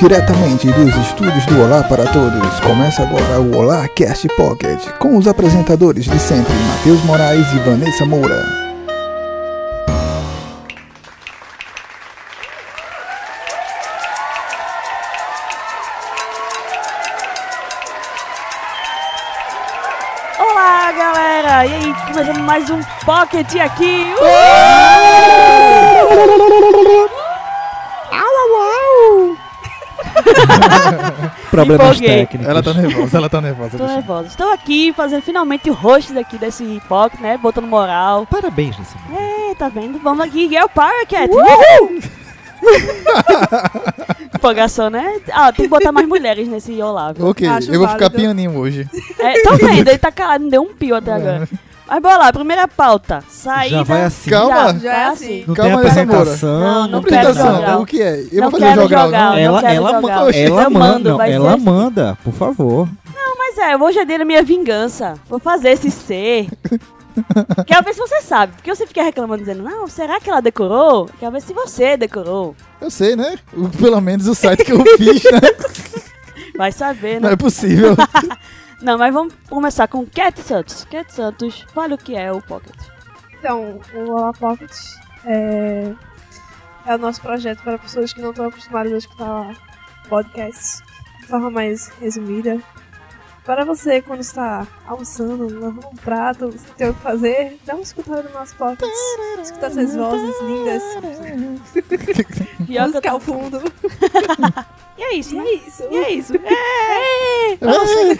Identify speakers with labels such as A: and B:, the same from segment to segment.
A: Diretamente dos estúdios do Olá para Todos, começa agora o Olá Cast Pocket, com os apresentadores de sempre, Matheus Moraes e Vanessa Moura.
B: Olá, galera! E aí, começando mais um Pocket aqui! Uh!
C: Problemas
B: Empolguei.
C: técnicos.
A: Ela tá nervosa, ela tá nervosa.
B: Tô
A: bichinha.
B: nervosa. Estou aqui fazendo finalmente o host aqui desse Pocket, né? Botando moral.
C: Parabéns, Luciano.
B: É, tá vendo? Vamos aqui, é o Power Cat! Empolgação, né? Ah, tem que botar mais mulheres nesse Olá. viu?
A: Ok,
D: Acho
A: eu vou ficar
D: válido.
A: pianinho hoje.
B: É, tô vendo, ele tá calado, não deu um pio até agora. Mas bora lá, primeira pauta. Saída.
C: É. Já vai assim.
A: Calma.
B: Já,
D: Já é assim.
C: Não
A: Calma aí,
C: tem
A: Samora.
C: apresentação.
B: Não, não quero jogar.
A: Apresentação, o que é? Eu
B: Não
A: vou fazer
B: quero
A: jogral,
B: jogar.
A: não?
B: Não,
C: Ela,
B: quero
C: ela,
B: jogar.
C: ma- ela
B: Eu
C: manda, assim.
B: mando, vai
C: ela
B: ser-
C: manda, por favor.
B: Mas é, hoje é dia da minha vingança. Vou fazer esse ser. Quero ver se você sabe. Porque você fica reclamando dizendo, não, será que ela decorou? Quero ver se você decorou.
A: Eu sei, né? O- Pelo menos o site que eu fiz, né?
B: Vai saber,
A: Não
B: né?
A: é possível.
B: Não, mas vamos começar com Cat Santos. Cat Santos, fala o que é o Pocket.
D: Então, o Olá Pocket é... é o nosso projeto para pessoas que não estão acostumadas a escutar podcasts de forma mais resumida. Para você, quando está almoçando, lavando um prato, sem ter o que fazer, dá uma escutada no nosso podcast. Escutar essas vozes lindas,
B: Pior que eu
D: música
B: tô-
D: ao fundo.
B: é E é isso,
D: E
B: né?
D: é isso.
B: E é isso. É! Pra
A: É.
B: você,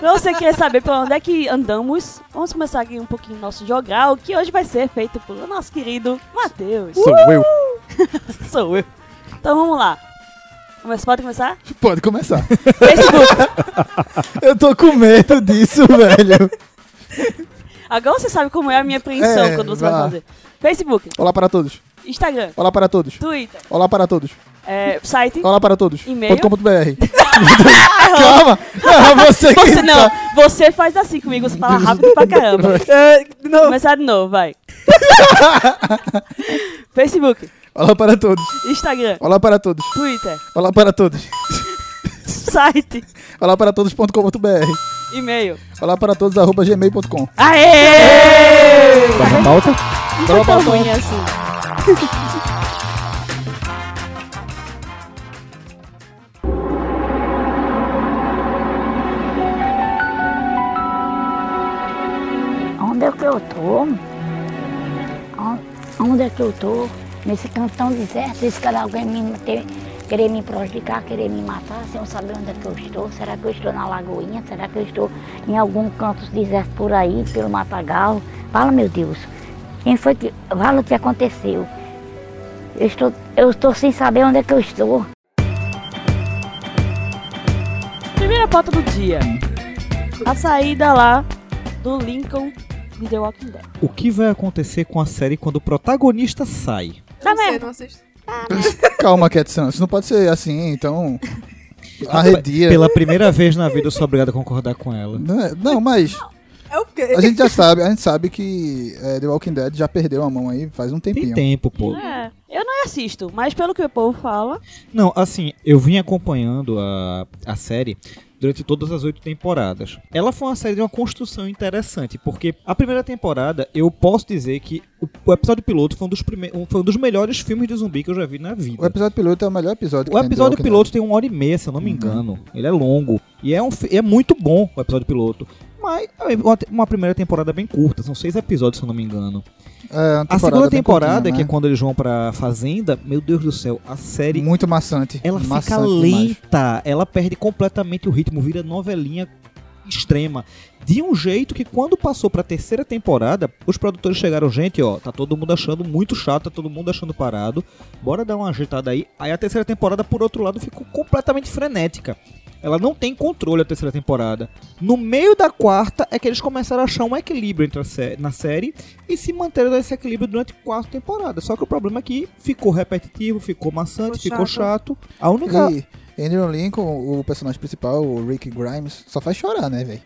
B: pra você que quer saber pra onde é que andamos, vamos começar aqui um pouquinho nosso jogral, que hoje vai ser feito pelo nosso querido Matheus.
C: Sou eu.
B: Sou eu. Então vamos lá. Mas pode começar?
A: Pode começar.
B: Facebook.
A: Eu tô com medo disso, velho.
B: Agora você sabe como é a minha apreensão
A: É,
B: quando você
A: vá.
B: vai fazer. Facebook,
A: Olá para todos.
B: Instagram,
A: Olá para todos.
B: Twitter,
A: Olá para todos.
B: é, site.
A: Olá para todos.
B: E-mail?
A: .com.br. Calma. Não, você que
B: Você não,
A: tá-
B: você faz assim comigo, você fala rápido pra caramba.
A: É,
B: Começar de novo, vai. Facebook,
A: Olá para todos.
B: Instagram,
A: Olá para todos.
B: Twitter,
A: Olá para todos.
B: site,
A: Olá para todos.com.br.
B: e-mail.
A: Olá para todos arroba gmail.com.
B: Aê!
C: Faz a Tá pauta?
B: Não foi tão ruim assim.
E: Onde é que eu tô? On- Onde é que eu tô? Nesse cantão deserto, esse cara alguém me ter, querer me prejudicar, querer me matar, sem eu saber onde é que eu estou. Será que eu estou na lagoinha? Será que eu estou em algum canto deserto por aí, pelo matagal? Fala, meu Deus. Quem foi que. Fala o que aconteceu. Eu estou, eu estou sem saber onde é que eu estou.
B: Primeira pauta do dia. A saída lá do Lincoln de The Walking Dead.
C: O que vai acontecer com a série quando o protagonista sai?
B: Tá
D: Não sei,
B: mesmo.
D: não assisto.
A: Calma, Cat Santos. Não pode ser assim, então.
C: Ah,
A: Arredia.
C: Pela primeira vez na vida eu sou obrigado a concordar com ela.
A: Não, é- não, mas
D: É o quê?
A: a gente já sabe, a gente sabe que é, The Walking Dead já perdeu a mão aí faz um
C: Tem
A: tempinho.
C: tempo, pô.
B: É, eu não assisto, mas pelo que o povo fala,
C: Não, assim, eu vim acompanhando a, a série durante todas as oito temporadas. Ela foi uma série de uma construção interessante, porque a primeira temporada, eu posso dizer que o, o episódio piloto foi um, dos prime- um- foi um dos melhores filmes de zumbi que eu já vi na vida.
A: O episódio piloto é o melhor episódio.
C: O
A: que Uhum. tem de
C: episódio
A: Walking
C: piloto tem uma hora e meia, se eu não me engano. Ele é longo. E é, um, fi- é muito bom o episódio piloto. Mas é uma, te- uma primeira temporada bem curta, são seis episódios, se eu não me engano.
A: Dead. É, uma
C: A segunda
A: bem
C: temporada,
A: curtinha,
C: que é
A: né?
C: quando eles vão pra fazenda, meu Deus do céu, a série
A: muito maçante.
C: ela fica
A: maçante demais.
C: lenta, ela perde completamente o ritmo, vira novelinha extrema. De um jeito que quando passou pra terceira temporada, os produtores chegaram, gente, ó, tá todo mundo achando muito chato, tá todo mundo achando parado, bora dar uma ajeitada aí. Aí a terceira temporada, por outro lado, ficou completamente frenética. Ela não tem controle a terceira temporada. No meio da quarta é que eles começaram a achar um equilíbrio entre a sé- na série e se manteram nesse equilíbrio durante quatro temporadas. Só que o problema é que ficou repetitivo, ficou maçante,
D: Ficou
C: ficou chato. A única,
A: E Andrew Lincoln, o personagem principal, o Rick Grimes, só faz chorar, né, velho?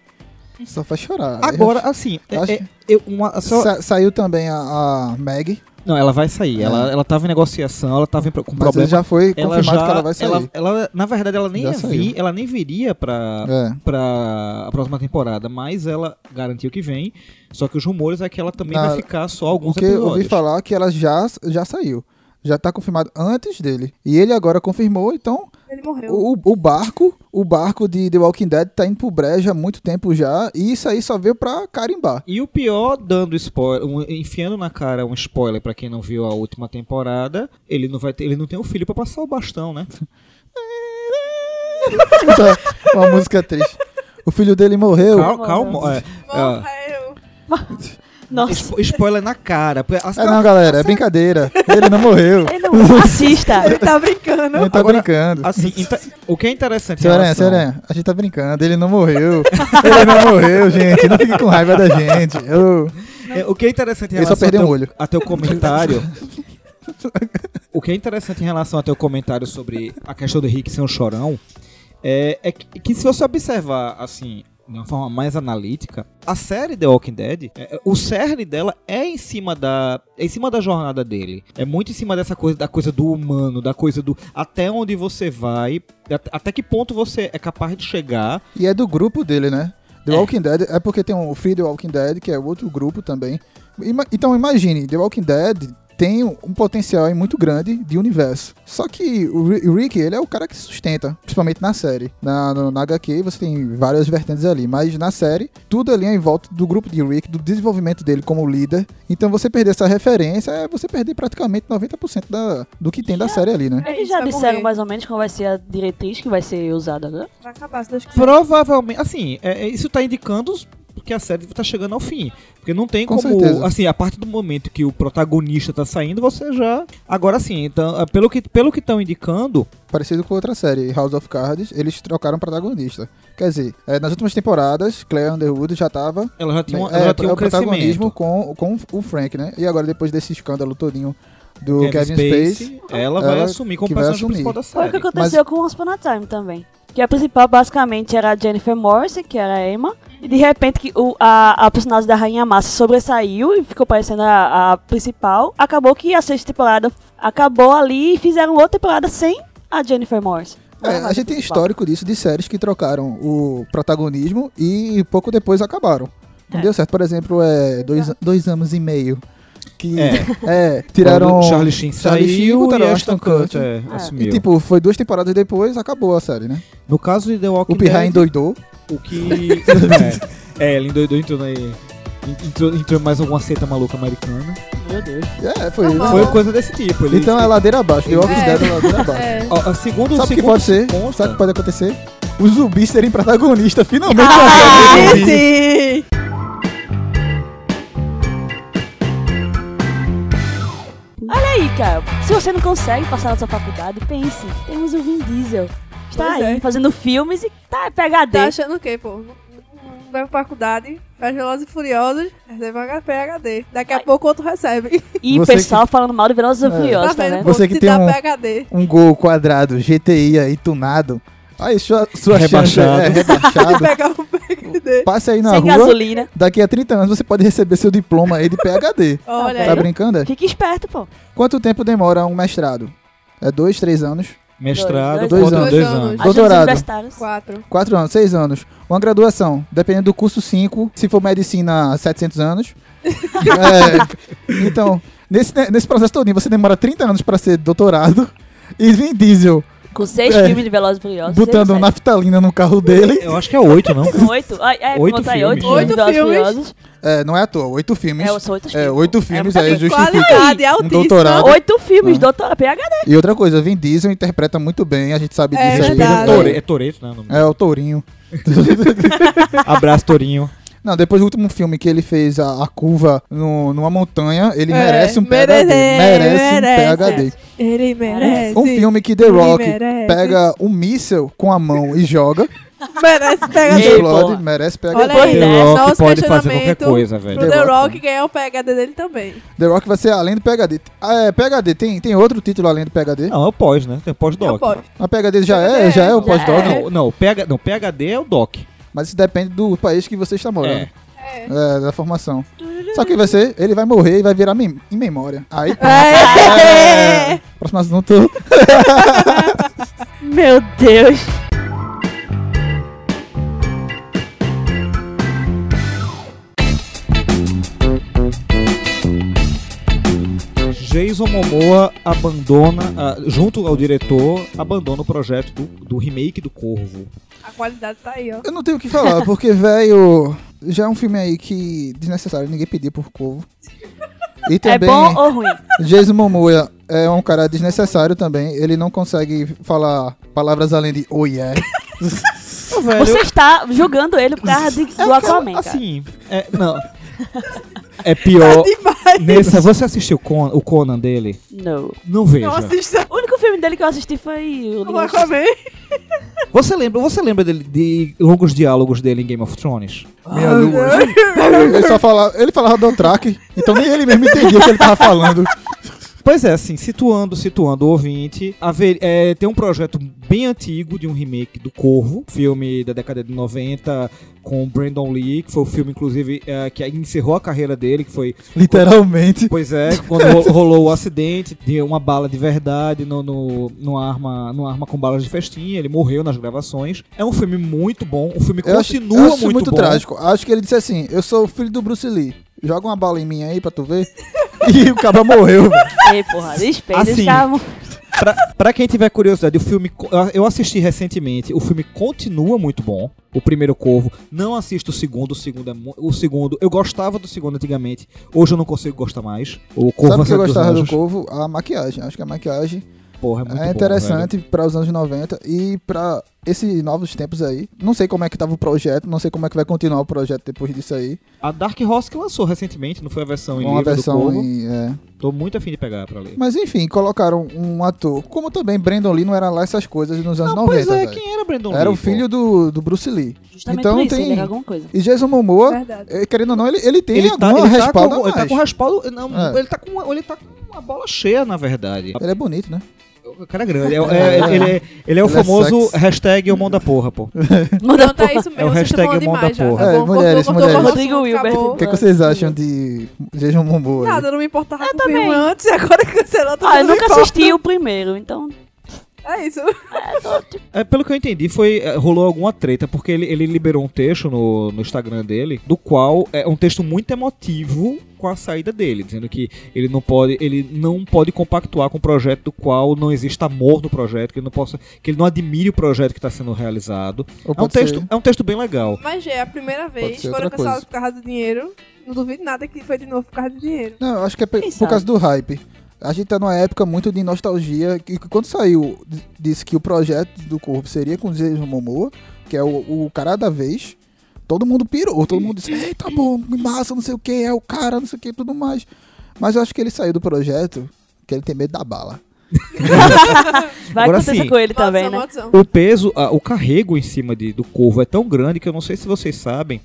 A: Só faz chorar.
C: Agora, assim, é-
A: acho-
C: é- eu- uma- só-
A: Sa- saiu também a, a Maggie,
C: Não, ela vai sair.
A: É.
C: Ela, ela tava em negociação, ela tava em, pro- com
A: Mas
C: problema.
A: já foi
C: ela
A: confirmado
C: já-
A: que ela vai sair.
C: ela- ela- na verdade, ela nem
A: Já
C: ia
A: saiu.
C: vir, ela nem viria pra,
A: É.
C: pra a próxima temporada, mas ela garantiu que vem. Só que os rumores é que ela também
A: Na-
C: vai ficar só alguns
A: Porque eu
C: episódios.
A: ouvi falar que ela já, já saiu. Já tá confirmado antes dele. E ele agora confirmou, então
D: Ele morreu.
A: o, o barco, o barco de The Walking Dead tá indo pro brejo há muito tempo já, e isso aí só veio pra carimbar.
C: E o pior, dando spoiler, um- enfiando na cara um spoiler pra quem não viu a última temporada, ele não vai ter, ele não tem um filho pra passar o bastão, né?
A: Puta, Então, Uma música triste. O filho dele morreu.
C: Calma, calma. é, é,
D: Morreu.
B: Nossa.
C: spo- spoiler na cara. As
A: Ah, não, galera, é brincadeira. Ele não morreu.
B: Ele é um não assista.
D: Ele tá brincando.
A: Ele tá
C: Agora,
A: brincando.
C: Assim, inter- o que é interessante. em
A: Senhorinha,
C: relação-
A: senhorinha, a gente tá brincando, ele não morreu. Ele não morreu, gente. Não fique com raiva da gente. Eu...
C: É, o que é interessante em
A: Ele só
C: relação
A: perdeu
C: a
A: um
C: teu,
A: olho.
C: a teu comentário. o que é interessante em relação a teu comentário sobre a questão do Rick ser um chorão é, é que, que se você observar assim. De uma forma mais analítica, a série The Walking Dead, é, é, o cerne dela é em cima da. É em cima da jornada dele. É muito em cima dessa coisa, da coisa do humano, da coisa do. Até onde você vai, at- até que ponto você é capaz de chegar
A: E é do grupo dele, né? The
C: É.
A: Walking Dead, é porque tem o Free The Walking Dead, que é outro grupo também. Ima- Então imagine, The Walking Dead tem um um potencial aí muito grande de universo. Só que o Ri- o Rick, ele é o cara que sustenta, principalmente na série. Na, no- na HQ você tem várias vertentes ali, mas na série, tudo ali é em volta do grupo de Rick, do desenvolvimento dele como líder. Então você perder essa referência é você perder praticamente 90% da, do que tem da série ali, né?
B: Eles
D: Ele
B: já
D: vai
B: disseram
D: morrer.
B: mais ou menos qual vai ser a diretriz que vai ser usada, né?
D: Vai acabar, se Deus quiser.
C: Provavelmente, assim, é- é- isso tá indicando os- que a série tá chegando ao fim. Porque não tem
A: Com
C: como.
A: certeza.
C: Assim, a partir do momento que o protagonista tá saindo, você já. Agora sim, então, é, pelo que pelo que estão indicando,
A: Parecido com outra série, House of Cards, eles trocaram protagonista. Quer dizer, eh, nas últimas temporadas, Claire Underwood já tava.
C: ela já tinha,
A: bem-
C: uma- ela
A: é,
C: já tinha
A: é
C: um
A: o protagonismo
C: crescimento.
A: com, com o Frank, né? E agora, depois desse escândalo todinho do
C: Kevin
A: Kevin,
C: Spacey,
A: Space.
C: ela vai
A: ela
C: assumir como
A: que vai
C: personagem
A: assumir.
C: principal da
B: Foi o que
C: série.
B: aconteceu com Once Upon a Time também. Que a principal basicamente era a Jennifer Morrison, que era a Emma. E de repente que o, a, a personagem da Rainha Massa sobressaiu e ficou parecendo a, a principal. Acabou que a sexta temporada acabou ali e fizeram outra temporada sem a Jennifer Morrison.
A: É, a
B: tá.
A: gente tem histórico disso de séries que trocaram o protagonismo e pouco depois acabaram. Não
B: É.
A: deu certo. Por exemplo, é dois, dois anos e meio. Que é,
C: Quando
A: tiraram.
C: o Charlie Sheen
A: Charlie Sheen,
C: saiu e
A: botaram
C: Ashton Kutcher é,
B: É.
A: E
C: assumiu.
A: tipo, foi duas temporadas depois, acabou a série, né?
C: no caso de The Walking
A: O Pirra
C: Dead,
A: endoidou.
C: o que... é, é, ela endoidou, entrou na... Entrou, entrou em mais alguma seita maluca americana.
B: Meu Deus.
A: É, foi.
D: Normal.
A: foi-
C: Foi coisa desse tipo. Ele,
A: Então é ladeira abaixo. The Walking
D: É.
A: Dead é ladeira abaixo.
D: É.
C: Ó, ó, segundo,
A: Sabe o que
C: segundo
A: pode ser?
C: consta-
A: Sabe o que pode acontecer? Os zumbis serem protagonistas, finalmente.
B: Ah,
D: Sim, sim.
B: Olha aí, cara. Se você não consegue passar na sua faculdade, pense. Temos o Vin Diesel. Está
D: Pois
B: aí
D: é.
B: fazendo filmes e tá é PHD.
D: Tá achando o quê, pô? Não Vai pra faculdade, faz Velozes e Furiosos, recebe um PHD. Daqui a pouco outro recebe.
B: E o
A: Você
B: pessoal falando mal do Velozes e
A: É.
D: Tá
B: Furiosos, tá
D: vendo?
B: vendo?
D: pô?
A: Você que
D: Te
A: tem
D: dá
A: um-
D: PHD.
A: Um gol quadrado, GTI aí tunado. Aí sua, sua chance
C: Rebaixado.
A: é
D: De
A: rebaixado.
D: pegar um PHD.
A: Passe aí na
B: Sem
A: rua,
B: gasolina.
A: daqui a 30 anos você pode receber seu diploma aí de PHD.
D: Olha
A: tá
D: aí.
A: brincando? é?
B: Fique esperto, pô.
A: Quanto tempo demora um mestrado? É dois, três anos?
C: Mestrado,
B: Dois,
A: dois
C: contra
A: anos.
C: dois
D: Dois
C: anos.
D: anos.
B: Ajuda os
A: Doutorado.
B: universitários.
D: um Quatro.
A: Quatro anos, seis anos. Uma graduação, dependendo do curso, cinco. Se for medicina, 700 anos. É, então, nesse, nesse processo todinho, você demora 30 anos pra ser doutorado. E Vin Diesel
B: Com seis
A: É.
B: filmes de Velozes e Furiosos.
A: botando
B: seis,
A: naftalina no carro dele.
C: Eu acho que é oito, não?
B: sete. Oito. Ai, é,
C: Oito
B: conta aí,
C: filmes.
B: Oito filmes de
D: Oito
B: Velozes e
D: filmes.
B: Furiosos.
A: É, não é à toa, oito filmes.
B: É, são oito filmes.
A: É,
B: pô.
A: oito filmes,
B: muita
A: aí
B: coisa.
A: justifica. Um
D: Qualidade altíssima.
A: doutorado.
B: Oito filmes, doutora. PHD.
A: E outra coisa, Vin Diesel interpreta muito bem, a gente sabe
D: É
A: disso aí.
D: verdade.
A: Toure-
C: É Toreto, né? o nome?
A: É, o Tourinho.
C: Abraço, Torinho.
A: Não, depois do último filme que ele fez, a, a curva no- numa montanha, ele
D: É,
A: merece um PHD.
D: merece,
A: Merece um
D: merece.
A: PHD.
D: Ele merece.
A: Um filme que The
D: Ele
A: Rock
D: merece.
A: pega um míssil com a mão e joga,
D: Merece PHD.
B: Ei,
A: explode,
B: porra.
A: merece PHD.
D: Olha
B: Pois
D: aí. né?
B: é,
C: The Rock pode
D: nosso
C: fazer qualquer
D: questionamento
C: coisa, velho.
D: Pro The
A: The Rock.
D: Rock ganhar o PHD dele também.
A: The Rock vai ser além do PHD. Ah, é, PHD, tem, tem outro título além do PHD?
C: Não, é o pós, né? Tem o
D: Eu
C: pós-doc.
D: posso.
A: A PHD já é,
D: PHD,
A: já é o
D: já
A: pós-doc,
D: é.
C: Não, não, o PH, não, o PHD é o doc.
A: mas isso depende do país que você está morando.
C: É.
A: É, da formação. Só que vai ser, ele vai morrer e vai virar mem- em memória. Aí, pronto.
B: É.
A: próximo assunto.
B: Meu Deus.
C: Jason Momoa abandona, ah, junto ao diretor, abandona o projeto do, do remake do Corvo.
D: A qualidade tá aí, ó.
A: Eu não tenho o que falar, porque, velho, já é um filme aí que desnecessário, ninguém pedia por Corvo. E também,
B: É
C: né?
B: bom ou ruim?
A: Jason Momoa é um cara desnecessário também. Ele não consegue falar palavras além de oh yeah.
C: Ô, velho,
B: Você está julgando ele por causa de- do Aquaman, cara.
C: assim, é, não. É pior. Nessa, você assistiu Con- o Conan dele?
B: Não.
C: Não veja.
D: Não assista.
B: O único filme dele que eu assisti foi o
D: O Aquaman.
C: Você lembra, você lembra dele, de longos diálogos dele em Game of Thrones?
A: Minha lua. Ele só falava, ele falava do track, então nem ele mesmo entendia o que ele tava falando.
C: Pois é, assim, situando, situando o ouvinte, haver- é, tem um projeto bem antigo de um remake do Corvo, filme da década de 90, com o Brandon Lee, que foi o filme, inclusive, é, que encerrou a carreira dele, que foi,
A: Literalmente.
C: pois é, quando ro- rolou o acidente de uma bala de verdade no, no, numa, arma, numa arma com balas de festinha, ele morreu nas gravações. É um filme muito bom, um filme que
A: Eu acho-
C: continua
A: eu acho
C: muito, bom.
A: trágico. Acho que ele disse assim: Eu sou o filho do Bruce Lee. Joga uma bala em mim aí pra tu ver. E o cabra morreu, velho.
B: Ei, porra, despeita.
C: Assim.
B: Esse cara...
C: Pra, pra quem tiver curiosidade, o filme. co- Eu assisti recentemente, o filme continua muito bom. O primeiro Corvo. Não assisto o segundo, o segundo é mu- O segundo. Eu gostava do segundo antigamente. Hoje eu não consigo gostar mais. O Corvo
A: Sabe o que eu
C: Assassino dos
A: gostava do
C: Anjos,
A: Corvo? A maquiagem. Acho que a maquiagem
C: Porra, é muito
A: é
C: bom, velho.
A: interessante pra os anos 90 e pra esses novos tempos aí. Não sei como é que tava o projeto, não sei como é que vai continuar o projeto depois disso aí.
C: a Dark Horse que lançou recentemente, não foi a versão em
A: Uma
C: livro do
A: versão
C: Corvo.
A: em. é.
C: Tô muito afim de pegar pra ler.
A: Mas enfim, colocaram um ator. Como também Brandon Lee não era lá essas coisas nos anos
C: Ah,
A: 90.
C: pois é,
A: velho.
C: quem era Brandon
A: Era
C: Lee,
A: o
C: pô?
A: filho do, do Bruce Lee.
B: Justamente
A: Então
B: por isso,
A: tem-
B: ele era É. alguma coisa.
A: E Jason Momoa,
D: Verdade.
A: eh, querendo ou não, ele, ele tem
C: Ele tá,
A: alguma
C: ele, tá
A: respaldo
C: com,
A: a
C: ele tá
A: mais.
C: com respaldo. Não,
A: É.
C: ele tá com. Ele tá com uma bola cheia, na verdade.
A: Ele é bonito, né?
C: O cara é grande. É- é- ele, é, ele é o
A: Ele é
C: famoso
A: sexy.
C: hashtag o mão da porra, pô.
B: Manda
D: Não, tá isso mesmo.
C: É o
D: vocês estão
C: hashtag
D: falando
C: mão da
D: demais já,
C: porra.
D: tá
A: É,
D: bom?
A: mulheres,
D: Cortou, cortou,
A: mulheres.
D: cortou,
B: Rodrigo
D: acabou.
B: Wilbert.
A: O que, é que vocês acham de Jason Momoa? aí?
D: Nada, eu não me importava com o
B: também.
D: filme antes e agora cancelou tudo.
B: Ah, eu
D: não me
B: nunca
D: importa.
B: assisti o primeiro, então.
D: É isso.
C: É, pelo que eu entendi, foi é, rolou alguma treta, porque ele, ele liberou um texto no, no Instagram dele, do qual é um texto muito emotivo com a saída dele, dizendo que ele não pode, ele não pode compactuar com um projeto do qual não existe amor no projeto, que ele não possa, que ele não admire o projeto que está sendo realizado. É
A: Ou
C: um
A: pode ser-
C: texto, é um texto bem legal.
D: Mas já é a primeira vez.
A: ser
D: Foram
A: outra
D: cancelados
A: coisa.
D: por causa do dinheiro. Não duvido nada que foi de novo por causa do dinheiro.
A: Não, eu acho que é pe-
B: Quem
A: por
B: sabe?
A: causa do hype. A gente tá numa época muito de nostalgia. E que quando saiu, d- disse que o projeto do corpo seria com o Jason Momoa, que é o, o cara da vez. Todo mundo pirou, todo mundo disse, eita bom, que massa, não sei o que, é o cara, não sei o que, tudo mais. Mas eu acho que ele saiu do projeto, que ele tem medo da bala.
B: Vai
C: Agora
B: acontecer
C: sim.
B: com ele
D: Maldição,
B: também, né?
D: maldição.
C: O peso, a- o carrego em cima de, do corvo é tão grande que eu não sei se vocês sabem,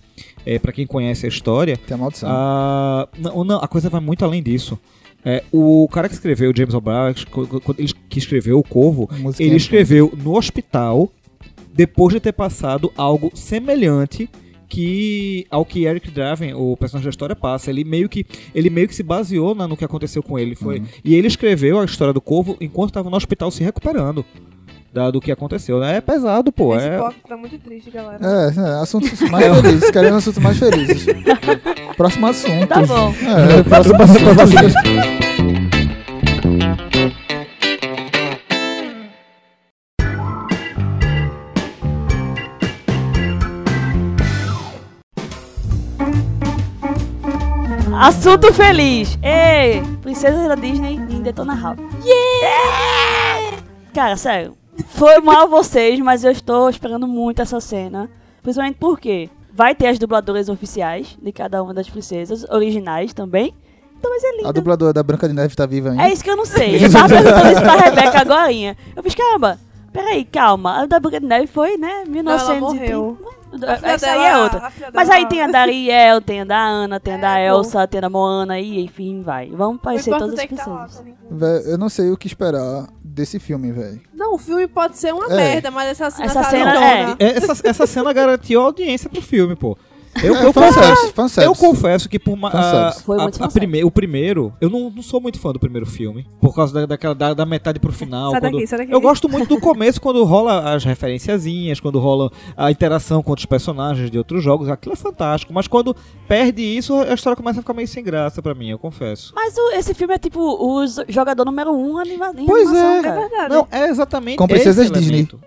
C: é, para quem conhece a história,
A: Tem a É maldição.
C: Ah, não, não, a coisa vai muito além disso. É, o cara que escreveu, James O'Brien, que- quando ele- que escreveu O Corvo,
A: Música
C: ele
A: é-
C: escreveu no hospital depois de ter passado algo semelhante que ao que Eric Draven, o personagem da história, passa. Ele meio que, ele meio que se baseou na- no que aconteceu com ele.
A: Uhum.
C: Foi, E ele escreveu a história do Corvo enquanto estava no hospital se recuperando da- do que aconteceu. né? É pesado, pô.
D: Esse
C: é-
D: bloco tá muito triste, galera.
A: É, é, assuntos mais felizes, queremos assuntos mais felizes. Próximo assunto.
B: Tá bom.
A: É, próximo assunto.
B: Assunto feliz. Ei, princesa da Disney em Detona Ralph. Yeah! Cara, sério. Foi mal a vocês, mas eu estou esperando muito essa cena. Principalmente porque vai ter as dubladoras oficiais de cada uma das princesas, originais também. Então, mas é
A: A
B: lindo.
A: dubladora da Branca de Neve tá viva ainda.
B: É isso que eu não sei. Eu tava perguntando isso pra Rebeca agora. Eu fiz, caramba, peraí, calma. A da Branca de Neve foi, né?
D: Não, ela
B: 1900
D: morreu.
B: Essa aí é outra. Mas aí tem a da Ariel, tem a da Ana, tem a da
D: É,
B: Elsa, tem a da Moana e enfim, vai. Vamos aparecer todas
D: é
B: as
D: tá
B: pessoas.
D: pessoas.
A: Véi, eu não sei o que esperar desse filme, velho.
D: Não, o filme pode ser uma
A: É.
D: merda, mas essa cena
B: Essa
D: tá
B: cena
D: lindona.
C: É, Essa, essa cena garantiu a audiência pro filme, pô. Eu,
A: É,
C: eu, confesso,
A: fanservice, fanservice.
C: eu confesso que por ma-
A: Tá
C: a,
A: Fanservice.
B: Foi
C: a-
B: muito
C: a
B: fanservice.
C: prime- o primeiro, eu não, não sou muito fã do primeiro filme, por causa da, daquela, da, da metade pro final.
D: Sai
C: quando-
D: daqui, sai daqui.
C: Eu gosto muito do começo, quando rola as referenciazinhas, quando rola a interação com outros personagens de outros jogos, aquilo é fantástico, mas quando perde isso, a história começa a ficar meio sem graça pra mim, eu confesso.
B: Mas o- esse filme é tipo o z- jogador número um anima, em
C: Pois
B: animação, né,
C: é.
D: É
B: cara.
D: verdade.
C: Não, é exatamente
A: Com princesas
C: esse
A: Disney.
C: elemento.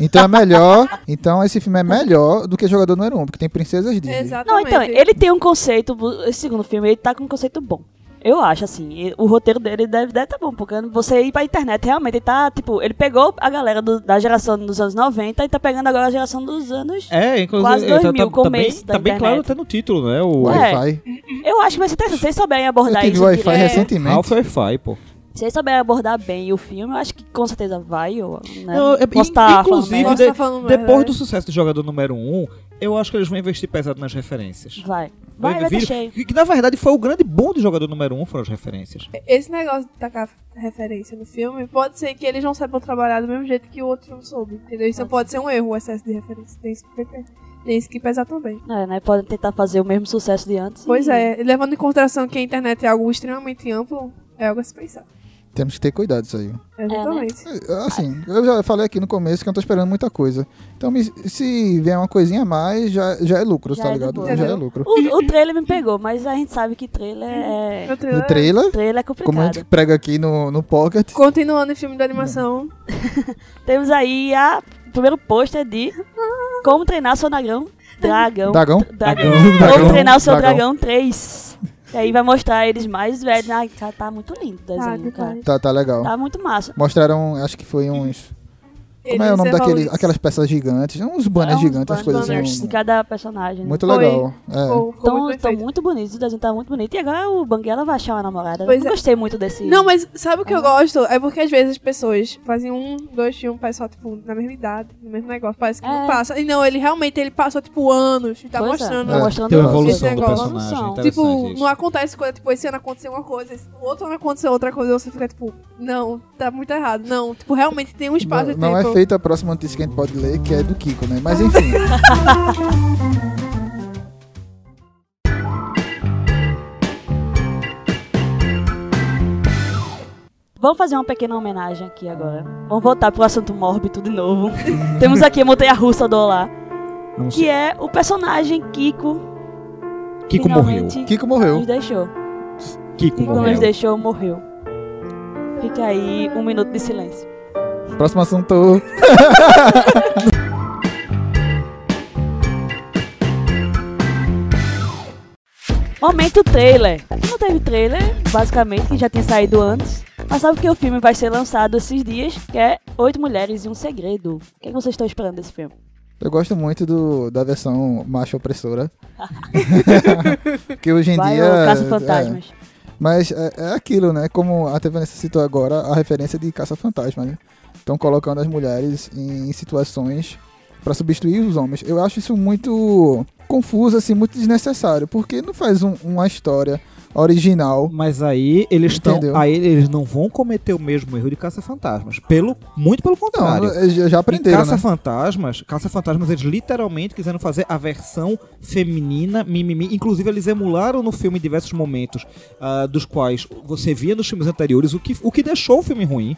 A: Então é melhor. então esse filme é melhor do que Jogador Número 1, porque tem princesas Disney.
B: Não,
D: Exatamente.
B: então, ele tem um conceito, bu- esse segundo filme, ele tá com um conceito bom. Eu acho, assim, e- o roteiro dele deve estar tá bom, porque você ir pra internet, realmente, ele tá, tipo, ele pegou a galera do- da geração dos anos 90 e tá pegando agora a geração dos anos...
C: É, inclusive,
B: Quase
C: tá- tá-
B: 2000
C: tá, bem,
B: começo da
C: tá bem claro
B: internet.
C: até no título, né? O
B: Ué,
A: Wi-Fi.
B: Eu acho que vai ser interessante, se vocês souberem
A: eu
B: abordar
A: tive
B: isso...
A: Wi-Fi
B: direito,
A: recentemente.
C: Alpha Wi-Fi, pô.
B: Se vocês souberem abordar bem o filme, eu acho que com certeza vai, ou, né?
C: Não, é-
B: Posso
C: in-
B: tá falando
C: inclusive,
B: merda?
D: Posso
C: de-
D: tá falando merda,
C: depois
D: né?
C: do sucesso do jogador número 1, um, eu acho que eles vão investir pesado nas referências.
B: Vai. Vai, vai tá
C: Vira-
B: cheio.
C: Que, que, na verdade foi o grande bom do jogador número 1, um, foram as referências.
B: É,
D: Esse negócio de tacar referência no filme, pode ser que eles não saibam trabalhar do mesmo jeito que o outro filme soube, entendeu? Isso pode ser um erro, o excesso de referência. Tem isso que pe- tem isso que pesar também.
B: É, né? Podem tentar fazer o mesmo sucesso de antes.
D: Pois
B: e-
D: é, e levando em consideração que a internet é algo extremamente amplo, é algo a se pensar.
A: Temos que ter cuidado isso aí.
B: É, né?
D: Exatamente.
A: Assim, eu já falei aqui no começo que eu não tô esperando muita coisa. Então, me- se vier uma coisinha a mais, já, já é lucro,
B: Já
A: tá
B: é de
A: ligado?
D: Uhum.
B: boa.
A: Já é lucro.
B: O, o trailer me pegou, mas a gente sabe que trailer é.
D: Meu
A: No
D: trailer-
A: trailer,
B: Trailer é
A: como a gente
B: complicado.
A: prega aqui no, no Pocket,
D: Continuando em filme de animação,
B: Temos aí a o primeiro pôster de Como treinar seu dragão. Dragão.
A: Dragão?
B: Dragão.
A: Dragão.
B: Como treinar o seu
A: Dragão.
B: dragão 3. E aí vai mostrar eles mais velhos. Ai, cara, tá muito lindo o desenho,
D: Tá,
B: cara.
A: tá, tá legal.
B: Tá muito massa.
A: Mostraram, acho que foi uns. Como é o
D: eles
A: nome daqueles,
D: evoluem.
A: aquelas peças gigantes? né? Uns
B: É
A: banners
B: uns
D: um
A: gigantes, umas coisas
B: banners
A: assim.
B: de cada personagem.
A: Muito
D: Foi.
A: legal. É.
D: Ficou- né? ficou
B: Tão,
D: muito
B: tão
D: perfeito.
B: muito bonitos, o desenho tá muito bonito. E agora o Banguela vai achar uma namorada.
D: Pois
B: Eu não
D: é.
B: gostei muito desse.
D: Não, mas sabe o que eu
B: Ah.
D: gosto? É porque às vezes as pessoas fazem um, dois filmes, faz só, tipo, na mesma idade, no mesmo negócio. Parece que não
B: É.
D: passa. E não, ele realmente ele passou, tipo, anos e tá
B: Pois é,
D: mostrando.
B: tá
A: É,
B: mostrando
C: Tem uma
B: esse
C: evolução do
D: negócio.
C: personagem.
B: Evolução.
C: É, interessante
D: Tipo,
C: isso.
D: não acontece coisa, tipo, esse ano aconteceu uma coisa, esse- o outro ano aconteceu outra coisa, você fica, tipo, não, tá muito errado. Não, tipo, realmente tem um espaço
A: Não,
D: de
A: não
D: tempo.
A: é feita a próxima notícia que a gente pode ler, que é do Kiko, né? Mas enfim.
B: Vamos fazer uma pequena homenagem aqui agora. Vamos voltar pro assunto mórbido de novo. Temos aqui a montanha russa do Olá,
C: Não sei.
B: que é o personagem Kiko.
C: Kiko morreu.
B: finalmente
A: Kiko morreu.
B: Nos deixou.
C: Kiko
B: Kiko nos
C: morreu.
B: deixou, morreu. Fica aí um minuto de silêncio.
A: Próximo assunto.
B: Momento trailer. Não teve trailer, basicamente, que já tinha saído antes. Mas sabe que o filme vai ser lançado esses dias, que é Oito Mulheres e um Segredo. O que, é que vocês estão esperando desse filme?
A: Eu gosto muito do, da versão macho opressora. que hoje em
B: Vai
A: dia.
B: ou Caça
A: é,
B: Fantasmas?
A: mas é, é aquilo, né? Como até Vanessa citou agora, a referência de caça-fantasma, né? Estão colocando as mulheres em, situações para substituir os homens. Eu acho isso muito confuso, assim, muito desnecessário. Porque não faz um- uma história original.
C: Mas aí eles estão.
A: Entendeu?
C: Aí eles não vão cometer o mesmo erro de caça-fantasmas. Pelo, muito pelo
A: Não,
D: é
C: contrário.
A: eu- eu já
C: Em
A: aprenderam, né?
C: Caça-Fantasmas, Caça-Fantasmas, eles literalmente quiseram fazer a versão feminina, mimimi. Inclusive, eles emularam no filme diversos momentos, ah, dos quais você via nos filmes anteriores, o que, o que deixou o filme ruim.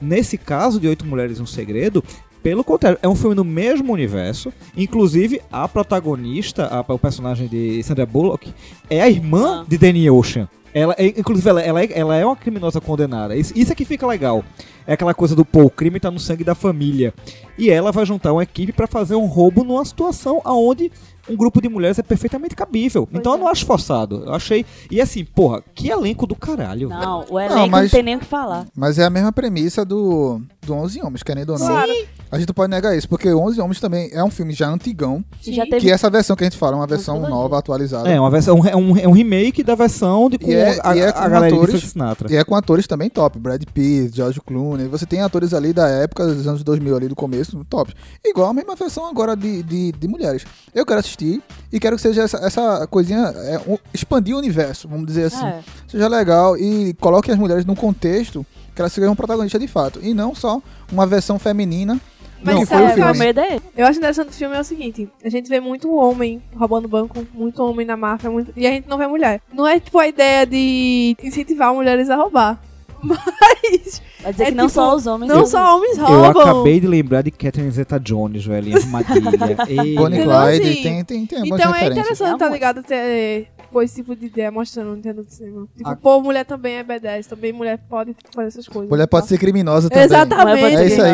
C: Nesse caso de Oito Mulheres e um Segredo, pelo contrário, é um filme no mesmo universo. Inclusive, a protagonista, a, o personagem de Sandra Bullock, é a irmã
B: Ah.
C: de Danny Ocean. Ela, é- inclusive, ela, ela, é, ela é uma criminosa condenada. Isso, isso é que fica legal. É aquela coisa do, pô, o crime tá no sangue da família. E ela vai juntar uma equipe pra fazer um roubo numa situação aonde um grupo de mulheres é perfeitamente cabível. então eu não acho forçado. Eu achei. E assim, porra, que elenco do caralho. velho.
B: Não, o elenco não,
A: mas-
B: tem nem o que falar.
A: Mas é a mesma premissa do, do 11 Homens, querendo
C: assim.
A: ou não. A gente não pode negar isso, porque 11 Homens também é um filme já antigão,
B: Já teve
A: que essa versão que a gente fala é uma versão
B: tudo
A: nova, atualizada.
C: É, uma versão, é, um, é um remake da versão de com
A: E é-
C: a,
A: e é
C: a
A: com
C: galera de
A: atores-
C: Frank Sinatra.
A: E é com atores também top, Brad Pitt, George Clooney, você tem atores ali da época, dos anos 2000 ali do começo, top. Igual a mesma versão agora de, de, de mulheres. Eu quero assistir e quero que seja essa, essa coisinha, é, um- expandir o universo, vamos dizer assim.
B: É.
A: Seja legal e coloque as mulheres num contexto que elas sejam protagonistas de fato, e não só uma versão feminina
D: Mas
A: Não,
D: sabe
A: foi o
D: o que eu
A: filme.
B: meu
D: acho
B: medo é ele.
D: Eu acho interessante do filme é o seguinte: a gente vê muito homem roubando banco, muito homem na máfia, muito- e a gente não vê mulher. Não é tipo a ideia de incentivar mulheres a roubar. Mas
B: Vai dizer
D: É
B: que não
D: tipo,
B: só os homens.
D: não
B: roubam.
D: só homens
C: Eu
D: roubam.
C: acabei de lembrar de Catherine Zeta-Jones, velho, em Armadilha. Ei,
A: Bonnie
D: Entendeu?
A: Clyde,
D: Assim,
A: tem, tem, tem umas
D: Então é
A: referências.
D: interessante,
B: É
D: tá
B: amor.
D: ligado? Ter pô, esse tipo de ideia mostrando dentro do cinema. Tipo,
C: A-
D: pô, mulher também é B10, também mulher pode fazer essas coisas. tá?
A: Mulher pode ser criminosa também.
D: Exatamente.
A: É isso aí.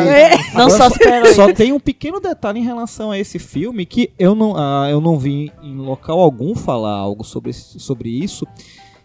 B: Não só super-heróis.
C: Só tem um pequeno detalhe em relação a esse filme que eu não, ah, eu não vi em local algum falar algo sobre, esse- sobre isso.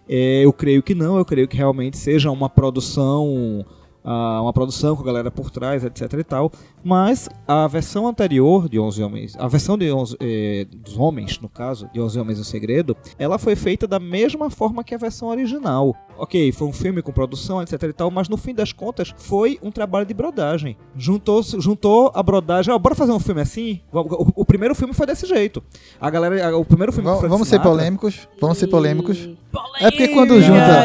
C: É, eu creio que não, eu creio que realmente seja uma produção. ah, uma produção com a galera por trás, etc e tal. Mas a versão anterior de 11 Homens, a versão de 11, eh, dos Homens, no caso, de 11 Homens no Segredo, ela foi feita da mesma forma que a versão original. Ok, foi um filme com produção, etc e tal, mas no fim das contas foi um trabalho de brodagem. Juntou, juntou a brodagem, ó, bora fazer um filme assim? O, o- o primeiro filme foi desse jeito. A galera, a- o primeiro filme
A: Vamos,
C: com Frank
A: vamos ser
C: Sinatra-
A: polêmicos. Vamos ser polêmicos.
B: E-
A: É porque quando
C: Não,
A: junta.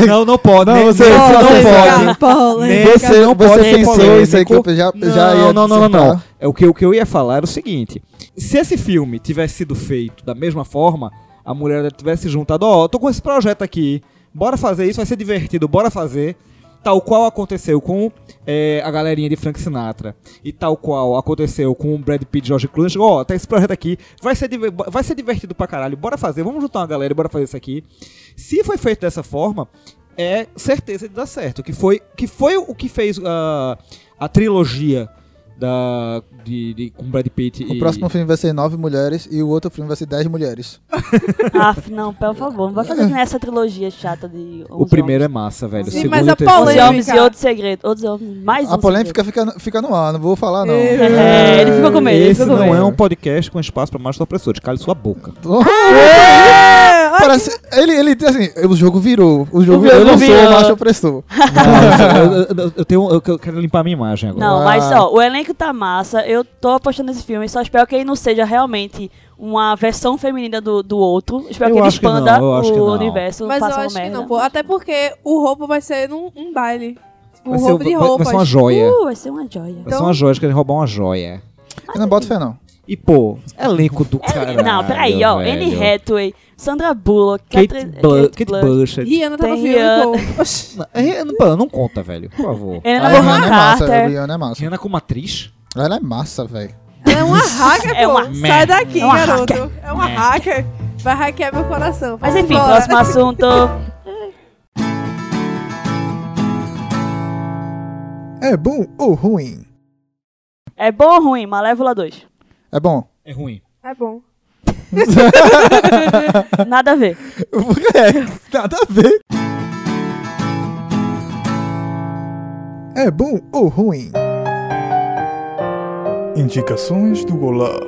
C: Não, não, não pode.
A: É. Não,
C: nem-
A: você-
C: nem-
A: você
C: não
A: não
C: pode.
A: pode.
C: Nem-
A: Você,
C: não pode
A: você
C: ser
A: pensou isso aí que
C: polêmico.
A: eu já,
C: Não,
A: já ia.
C: não, não, não,
A: sentar.
C: não. É o que, o que eu ia falar era o seguinte: se esse filme tivesse sido feito da mesma forma, a mulher tivesse juntado, ó, tô com esse projeto aqui, bora fazer isso, vai ser divertido, bora fazer. Tal qual aconteceu com é, a galerinha de Frank Sinatra. E tal qual aconteceu com o Brad Pitt e George Clooney. Chegou, ó, tá esse projeto aqui. Vai ser, diver- vai ser divertido pra caralho. Bora fazer. Vamos juntar uma galera e bora fazer isso aqui. Se foi feito dessa forma, é certeza de dar certo. Que foi, que foi o que fez ah, a trilogia da, de, de- com Brad Pitt
A: O
C: e...
A: próximo filme vai ser Nove Mulheres e o outro filme vai ser Dez Mulheres.
B: Aff, Ah, não, pelo favor. Não vai fazer que nessa trilogia chata de 11
C: O primeiro é massa, velho. O
D: Sim,
C: segundo
D: mas
C: e o
D: a
C: terceiro-
B: homens. 11
D: polêmica-
B: homens e outro segredo. Outros homens. Mais
A: a
B: um
A: polêmica fica, fica no ar, não vou falar não.
D: É.
B: segredo. É, ele ficou com medo. Ele
C: Esse
B: ficou com
C: não
B: medo.
C: é um podcast com espaço pra macho opressores. Cale sua boca.
A: Parece, ele, ele diz assim, o jogo virou. O jogo virou, eu
B: jogo
A: não sou
B: virou.
A: o macho opressor.
C: eu, eu- eu tenho, eu eu quero limpar minha imagem agora.
B: Não, mas
A: Ah.
B: ó, o elenco tá massa. Eu tô apostando nesse filme. Só espero que ele não seja realmente uma versão feminina do, do outro. Espero
C: Eu
B: que ele
C: acho que não,
B: expanda
C: eu acho que
B: o
C: não.
B: universo.
D: Mas eu
B: faça uma
D: acho que
B: merda.
D: não, pô. Até porque o roubo vai ser num um baile. Tipo,
B: um
C: vai,
D: o
C: ser,
D: roubo de
C: vai- vai
D: roupas.
C: ser uma joia.
B: Uh, então- vai ser uma joia.
C: Vai ser uma joia, eles querem roubar uma joia.
A: Eu não boto fé não.
C: E, pô, elenco do caralho.
B: É, não, peraí, ó. Anne
C: velho.
B: Hathaway, Sandra Bullock,
C: Kate,
B: Catherine-
C: Blu-
B: Kate
C: Kate
B: Blanchett.
C: Blanchett.
D: Rihanna tá no
B: Tem
D: filme,
B: Rihanna.
D: pô. Oxi.
C: Não, é- não, pô, não conta, velho. Por favor.
A: A
B: Helena Bonham
A: Rihanna é massa, a
B: Carter.
A: Rihanna é massa.
C: Rihanna como atriz?
A: Ela é massa, velho.
D: Ela é uma hacker, pô.
B: É uma
D: Sai daqui,
B: É uma
D: garoto. É uma hacker. Vai hackear meu coração.
B: Mas
D: Vamos
B: enfim,
D: embora.
B: próximo assunto.
A: É bom ou ruim?
B: É bom ou ruim? Malévola 2.
A: É bom.
C: É ruim.
D: É bom.
B: Nada a ver.
A: é, nada a ver. É bom ou ruim?
F: Indicações do Olá.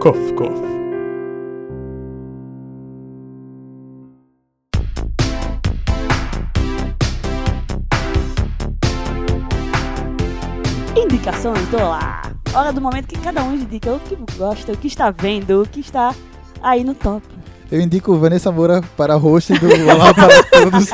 F: Cof, cof.
B: Indicações, tô lá. Hora do momento que cada um indica o que gosta, o que está vendo, o que está aí no top.
A: Eu indico Vanessa Moura para host do Olá para Todos.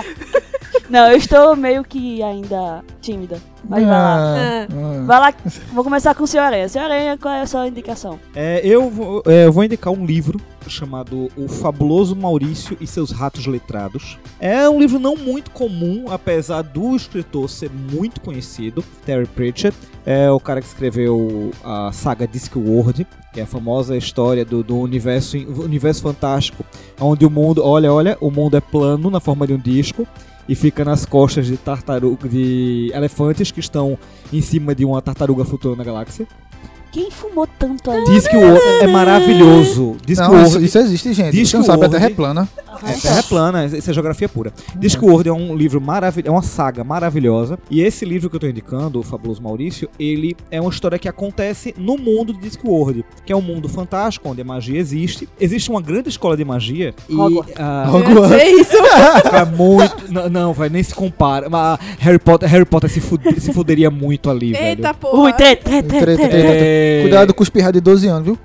B: Não, eu estou meio que ainda tímida. Mas vai lá.
A: Ah, ah.
B: Vai lá, vou começar com o senhor Aranha. Senhor Aranha, qual é a sua indicação?
C: É, eu, vou, é, eu vou indicar um livro chamado O Fabuloso Maurício e Seus Ratos Letrados. É um livro não muito comum, apesar do escritor ser muito conhecido, Terry Pratchett. É o cara que escreveu a saga Discworld, que é a famosa história do, do universo, universo fantástico, onde o mundo, olha, olha, o mundo é plano na forma de um disco e fica nas costas de tartaruga, de elefantes que estão em cima de uma tartaruga flutuando na galáxia.
B: Quem fumou tanto aí?
C: Diz que o World é maravilhoso. Diz que o
A: Não, isso,
C: World
A: isso existe, gente.
C: Diz
A: Diz
C: que
A: que não
C: o
A: sabe, a
C: Word-
A: Terra é plana.
C: é terra plana, isso é geografia pura. Diz que o World é um livro maravilhoso, é uma saga maravilhosa. E esse livro que eu tô indicando, o Fabuloso Maurício, ele é uma história que acontece no mundo de Discworld, que é um mundo fantástico, onde a magia existe. Existe uma grande escola de magia e...
B: Hogwarts.
C: ah,
D: Eu ia dizer isso.
C: é muito... não, não, vai, nem se compara. Mas Harry Potter, Harry Potter se, fude- se fuderia muito ali, velho.
D: Eita, porra.
A: É,
B: Ui, treta, treta,
A: Treta,
B: treta.
C: É...
A: treta. Cuidado com os pirra de 12 anos, viu?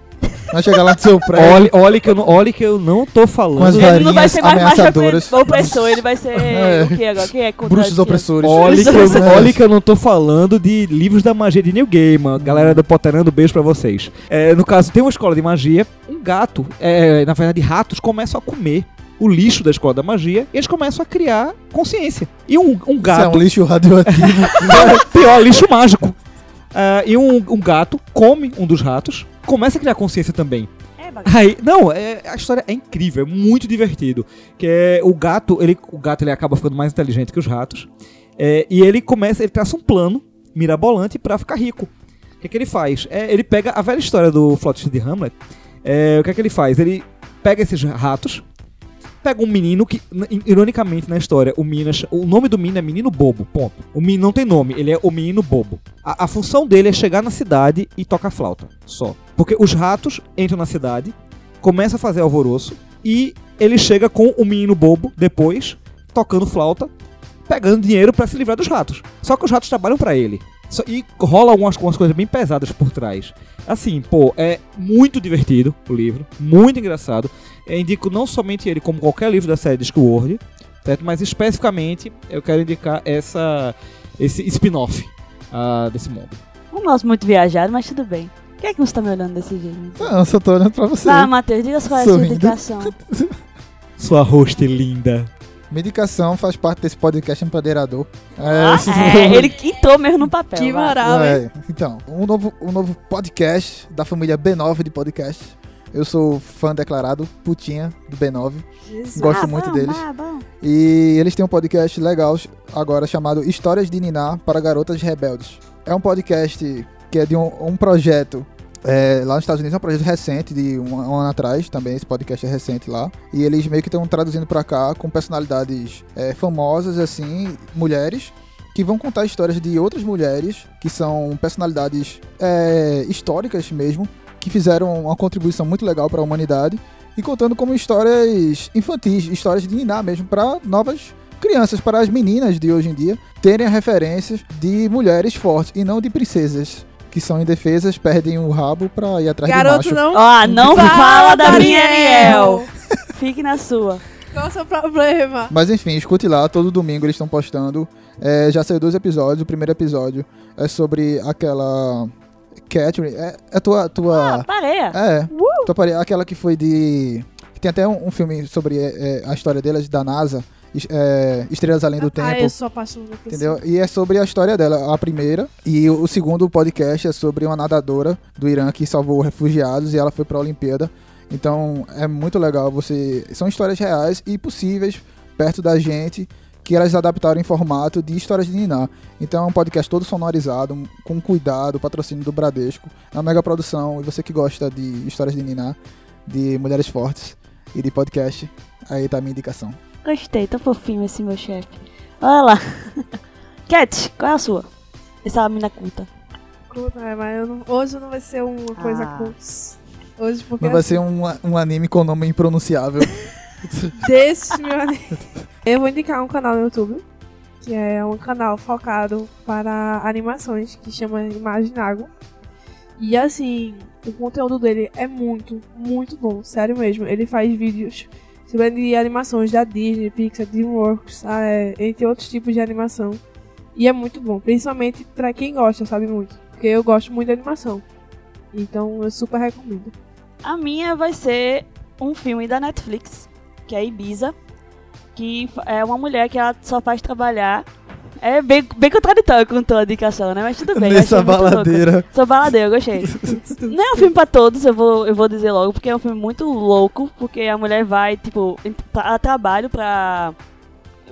A: Vai chegar lá no seu prédio
C: Olhe, olhe, que eu não, olhe que eu não tô falando.
A: com as
B: Ele não vai
A: varinhas
B: ser mais macho
A: ameaçadoras.
B: opressor, ele vai ser.
A: É.
B: O que agora? Quem é contra
A: Bruxos
B: quem é-
A: opressores.
C: Olhe que,
A: Isso.
C: eu, olhe que eu não tô falando de livros da magia de New Gaiman. Galera do Potterando, beijo pra vocês. É, no caso, tem uma escola de magia, um gato, é, na verdade ratos, começam a comer o lixo da escola da magia e eles começam a criar consciência. E um, um
A: Isso é
C: gato...
A: um lixo radioativo.
C: pior, lixo mágico. Ah, e um, um gato come um dos ratos, começa a criar consciência também.
B: É, bacana.
C: Aí, não, é- a história é incrível, é muito divertido. Que é, o gato, ele, o gato ele acaba ficando mais inteligente que os ratos. é, e ele começa, ele traça um plano mirabolante pra ficar rico. O que, é que ele faz? É, ele pega a velha história do Flotista de Hamlet. é, o que é que ele faz? Ele pega esses ratos, pega um menino que, n- ironicamente na história, o menino, é ch- o nome do menino é Menino Bobo, ponto. O menino não tem nome, ele é o Menino Bobo. A, a função dele é chegar na cidade e tocar flauta, só. Porque os ratos entram na cidade, começam a fazer alvoroço e ele chega com o Menino Bobo depois, tocando flauta, pegando dinheiro pra se livrar dos ratos. Só que os ratos trabalham pra ele. Só- E rola algumas, algumas coisas bem pesadas por trás. Assim, pô, é muito divertido o livro, muito engraçado. Eu indico não somente ele, como qualquer livro da série Discworld, certo? Mas especificamente eu quero indicar essa, esse spin-off ah, desse mundo.
B: Um nosso muito viajado, mas tudo bem. Por que é que você tá me olhando desse jeito?
A: Não, eu só tô olhando pra você.
B: Tá, Matheus, diga qual é a sua
A: Sorrindo.
B: indicação.
C: Sua host linda.
A: Medicação faz parte desse podcast empadeirador. É,
B: Ah,
A: esse-
B: é, ele entrou mesmo no papel.
D: Que
B: vai.
D: moral, hein?
A: É, então, um novo, um novo podcast da família B9 de podcast. Eu sou fã declarado, putinha do B9.
D: Jesus.
A: Gosto muito
B: bom,
A: deles.
B: ah, bom.
A: E eles têm um podcast legal agora chamado Histórias de Niná para Garotas Rebeldes. É um podcast que é de um, um projeto é, lá nos Estados Unidos, é um projeto recente, de um, um ano atrás também, esse podcast é recente lá. E eles meio que estão traduzindo pra cá com personalidades é, famosas, assim, mulheres, que vão contar histórias de outras mulheres, que são Então, personalidades é, históricas mesmo, que fizeram uma contribuição muito legal pra humanidade e contando como histórias infantis, histórias de ninar mesmo, para novas crianças, para as meninas de hoje em dia terem referências de mulheres fortes e não de princesas que são indefesas, perdem o rabo pra ir atrás
D: Garoto
A: de macho.
D: não
B: Ah, não fala da minha
D: Ariel.
B: Ariel. Fique na sua.
D: Qual é o seu problema?
A: Mas enfim, escute lá, todo domingo eles estão postando. É, já saiu dois episódios, o primeiro episódio é sobre aquela Catherine, é, é tua tua
B: Ah, pareia.
A: É. Tô pare- Aquela que foi de. que Tem até um, um filme sobre é, é, a história delas, da NASA, es- é, Estrelas Além do
D: Ah,
A: Tempo.
D: eu sou apaixonada por
A: Entendeu? E é sobre a história dela, a primeira. E o o segundo podcast é sobre uma nadadora do Irã que salvou refugiados e ela foi pra Olimpíada. Então é muito legal. Você São histórias reais e possíveis perto da gente que elas adaptaram em formato de histórias de Niná. Então é um podcast todo sonorizado, um- com cuidado, patrocínio do Bradesco. É uma mega produção. E você que gosta de histórias de Niná, de mulheres fortes e de podcast, aí tá a minha indicação.
B: Gostei, tá fofinho esse meu chefe. Olha lá. Cat, qual é a sua? Essa mina é culta.
D: culta, né? mas eu não- hoje não vai ser uma coisa
B: Ah.
D: culta. Hoje, porque
A: Não vai ser um, um anime com nome impronunciável.
D: desse meu anime. Eu vou indicar um canal no YouTube, que é um canal focado para animações, que chama Imagem Água. E assim, o conteúdo dele é muito, muito bom, sério mesmo. Ele faz vídeos sobre de animações da Disney, Pixar, DreamWorks, ah, é, entre outros tipos de animação. E é muito bom, principalmente pra quem gosta, sabe muito. Porque eu gosto muito de animação. Então eu super recomendo.
B: A minha vai ser um filme da Netflix, que é Ibiza, que fa- é uma mulher que ela só faz trabalhar. É bem, bem contraditório com toda a indicação, né? Mas tudo bem. eu
A: Nessa
B: achei muito louca.
A: baladeira.
B: Sou baladeira, eu gostei. Não é um filme pra todos, eu vou, eu vou dizer logo, porque é um filme muito louco, porque a mulher vai, tipo, em- pra- a trabalho pra.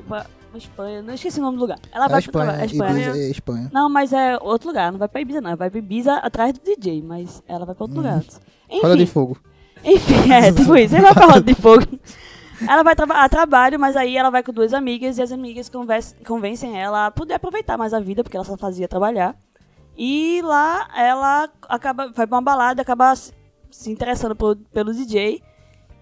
B: pra pra Espanha, não esqueci o nome do lugar. Ela
A: É
B: vai pra
A: Espanha,
B: trabalho- é
A: Ibiza é Espanha.
B: Não, mas é outro lugar, não vai pra Ibiza, não. Ela vai pra Ibiza atrás do DJ, mas ela vai pra outro lugar. antes.
A: Roda Uhum. de
B: Enfim,
A: fogo.
B: enfim, é tipo isso, ela vai pra roda de fogo. Ela vai traba- a trabalho, mas aí ela vai com duas amigas e as amigas convers- convencem ela a poder aproveitar mais a vida, porque ela só fazia trabalhar. E lá ela acaba, vai pra uma balada, acaba se se interessando por- pelo DJ.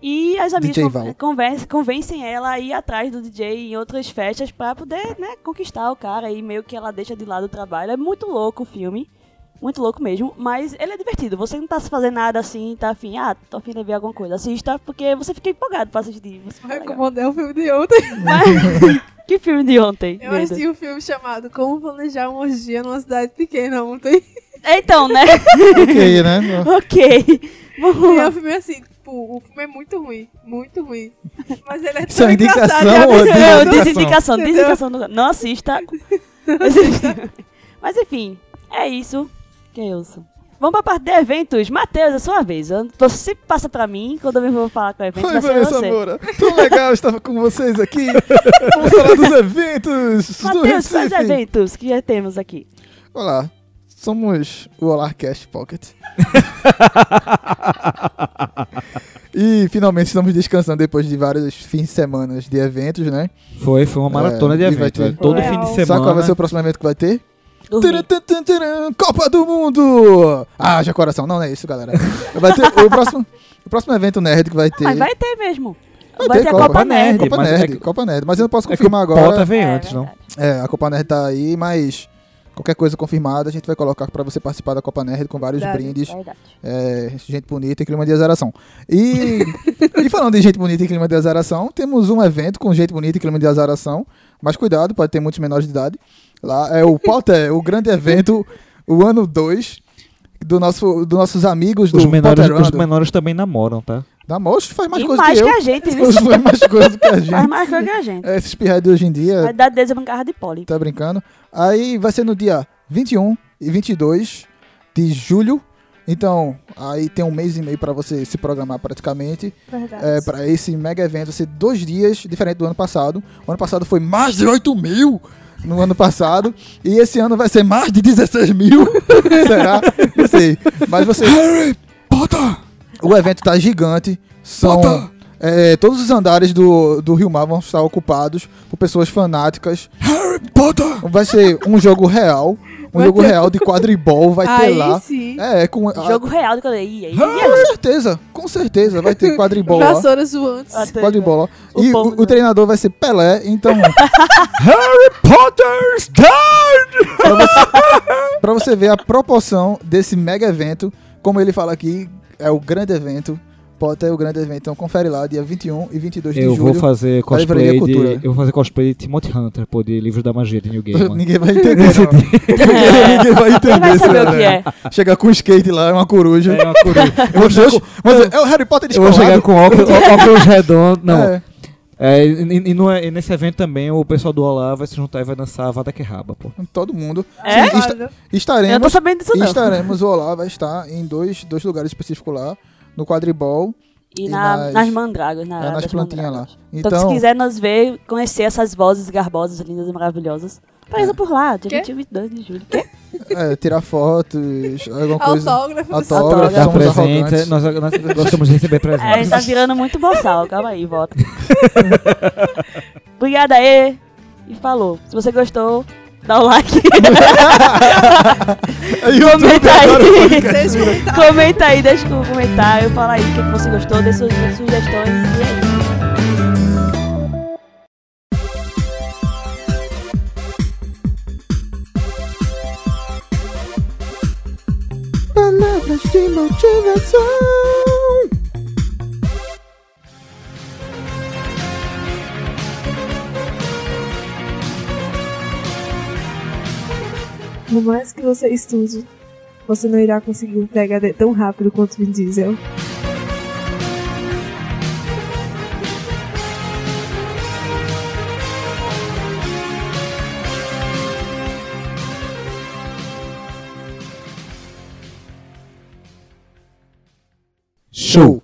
B: E as amigas
A: DJ
B: con-
A: Val.
B: conven- convencem ela a ir atrás do DJ em outras festas pra poder, né, conquistar o cara. E meio que ela deixa de lado o trabalho. É muito louco o filme. muito louco mesmo, mas ele é divertido. Você não tá se fazendo nada assim, tá afim, ah, tô afim de ver alguma coisa. Assista, porque você fica empolgado pra assistir. Você fica legal.
D: Recomendei o é um filme de ontem.
B: que filme de ontem?
D: Eu
B: Brenda?
D: assisti um filme chamado Como Planejar uma Orgia numa Cidade Pequena ontem.
B: Então, né?
A: ok, né?
B: ok. Vamos
D: E
B: lá.
D: o filme é assim, tipo, o filme é muito ruim, muito ruim. Mas ele é
A: Isso é
D: tão
A: uma indicação
D: engraçado.
A: ou
B: Não,
D: é
A: Desindicação.
B: desindicação,
D: Entendeu?
B: desindicação. do- Não assista. Mas enfim, é isso. Que eu sou. Vamos pra parte de eventos. Matheus, é sua vez. Eu tô, sempre passa pra mim, quando eu vou falar com o evento,
A: Oi,
B: vai ser
A: Vanessa
B: você.
A: Moura. Tão legal estar com vocês aqui. Vamos falar dos eventos do
B: Matheus, quais
A: Recife.
B: eventos que já temos aqui?
A: Olá, somos o Olarcast Pocket. e finalmente estamos descansando depois de vários fins de semana de eventos, né?
C: Foi, foi uma maratona
A: É,
C: de
A: e vai
C: evento.
A: ter-
C: velho. Todo
D: Real.
C: fim de
D: Sabe
A: Sabe
C: semana.
A: qual vai ser o próximo evento que vai ter?
B: Dormir.
A: Taran, taran, taran, Copa do Mundo! Ah, já coração. Não, não é isso, galera. Vai ter o próximo, o próximo evento nerd que vai ter.
B: Mas vai ter mesmo.
A: Vai
B: Vai,
A: ter
B: ter, a
A: Copa
B: Copa,
C: Nerd.
B: Nerd.
A: Copa
C: mas
A: Nerd,
C: é que-
A: Copa Nerd. Mas eu não posso
C: É que o
A: confirmar
C: Pota
A: agora.
C: veio
B: É
C: antes, não.
B: verdade.
A: É, a Copa Nerd tá aí, mas qualquer coisa confirmada a gente vai colocar pra você participar da Copa Nerd com vários
D: Verdade,
A: brindes.
B: Verdade.
A: É, gente bonita e clima de azaração. E, e falando de gente bonita e clima de azaração, temos um evento com gente bonita e clima de azaração. Mas cuidado, pode ter muitos menores de idade. Lá é o Potter, o grande evento, o ano 2 do nosso, dos nossos amigos
C: Os
A: do
C: menores, os
A: Potterando.
C: menores também namoram, tá?
A: Da moça faz mais
B: e
A: coisa
B: mais
A: que
B: que,
A: eu.
B: a gente, viu?
A: Os faz mais coisa que a
B: Faz
A: gente.
B: mais coisa que a gente.
A: É, Esses pirrados hoje em dia,
B: Vai dar desembancarra de pole.
A: Tá brincando? Aí vai ser no dia 21 e 22 de julho. Então, aí tem um mês e meio pra você se programar praticamente.
D: Verdade.
A: É, para esse mega evento vai ser dois dias, diferente do ano passado. O ano passado foi mais de 8 mil no ano passado. e esse ano vai ser mais de 16 mil. Será? Não sei. Mas você. Harry Potter! O evento tá gigante. São. é, todos os andares do, do Rio Mar vão estar ocupados por pessoas fanáticas. Harry Potter! Vai ser um jogo real. Um
D: Vai
A: jogo
D: ter-
A: real de quadribol vai ter
D: Aí
A: lá.
D: sim.
A: É, com, a- Ah,
B: Jogo real do que eu dei. E aí?
A: com certeza, com certeza vai ter quadribol lá.
D: Vassoura zoantes.
B: Ah, tá.
A: Quadribola.
B: O
A: E
B: povo
A: o, o
B: não.
A: treinador vai ser Pelé, então.
C: Potter's Dead!
A: pra, você, pra você ver a proporção desse mega evento, como ele fala aqui, é o grande evento. Potter é o grande evento. Então confere lá, dia 21 e 22 de
C: Eu vou
A: julho.
C: fazer cosplay
A: Livraria Cultura.
C: de. Eu vou fazer cosplay de Timothy Hunter, pô, de livros da magia de New Game.
A: Ninguém vai entender. não. Ninguém vai entender.
B: Quem vai saber o
A: esse
B: que é?
A: cara. Chegar com um skate lá, é uma coruja.
C: É uma coruja. Eu vou
A: Meu
C: chegar
A: Deus,
C: com-
A: mas é o Harry Potter
C: eu vou
A: descolado.
C: chegar com óculos, ó- óculos redondos. Não.
A: É.
C: É, e, e- e não é- e nesse evento também o pessoal do Olá vai se juntar e vai dançar Vada que Raba, pô.
A: Todo mundo.
B: É?
A: Sim, esta-
B: Eu não tô
A: estaremos
B: sabendo disso,
A: E
B: não.
A: estaremos, o Olá vai estar em dois, dois lugares específicos lá, no quadribol,
B: E,
A: E
B: na-
A: nas-
B: nas mandragas, na
A: é,
B: Arábia
A: nas
B: das
A: plantinhas lá.
B: Mandragas. Então,
A: Então,
B: se quiser nos ver, conhecer essas vozes garbosas, lindas e maravilhosas, apareça por lá, dia 21 e
D: Quê?
B: 22 de julho. Quê?
A: é, tirar fotos, alguma coisa.
D: Autógrafos.
A: Autógrafos.
B: Autógrafo.
C: Dar
A: Somos arrogantes.
C: presente, nós, nós gostamos de receber
B: É, ele
C: presentes.
B: tá virando muito boçal, calma aí, volta. Obrigada aí. E falou. Se você gostou, dá o like.
A: Aí o
B: comenta aí.
D: Deixa eu comentar.
B: comenta aí, deixa um comentário. Fala aí o que que você gostou, dê suas suas sugestões. E é isso.
A: Palavras de motivação.
D: Por mais que você estude, você não irá conseguir um PHD tão rápido quanto o Vin Diesel.
C: Show!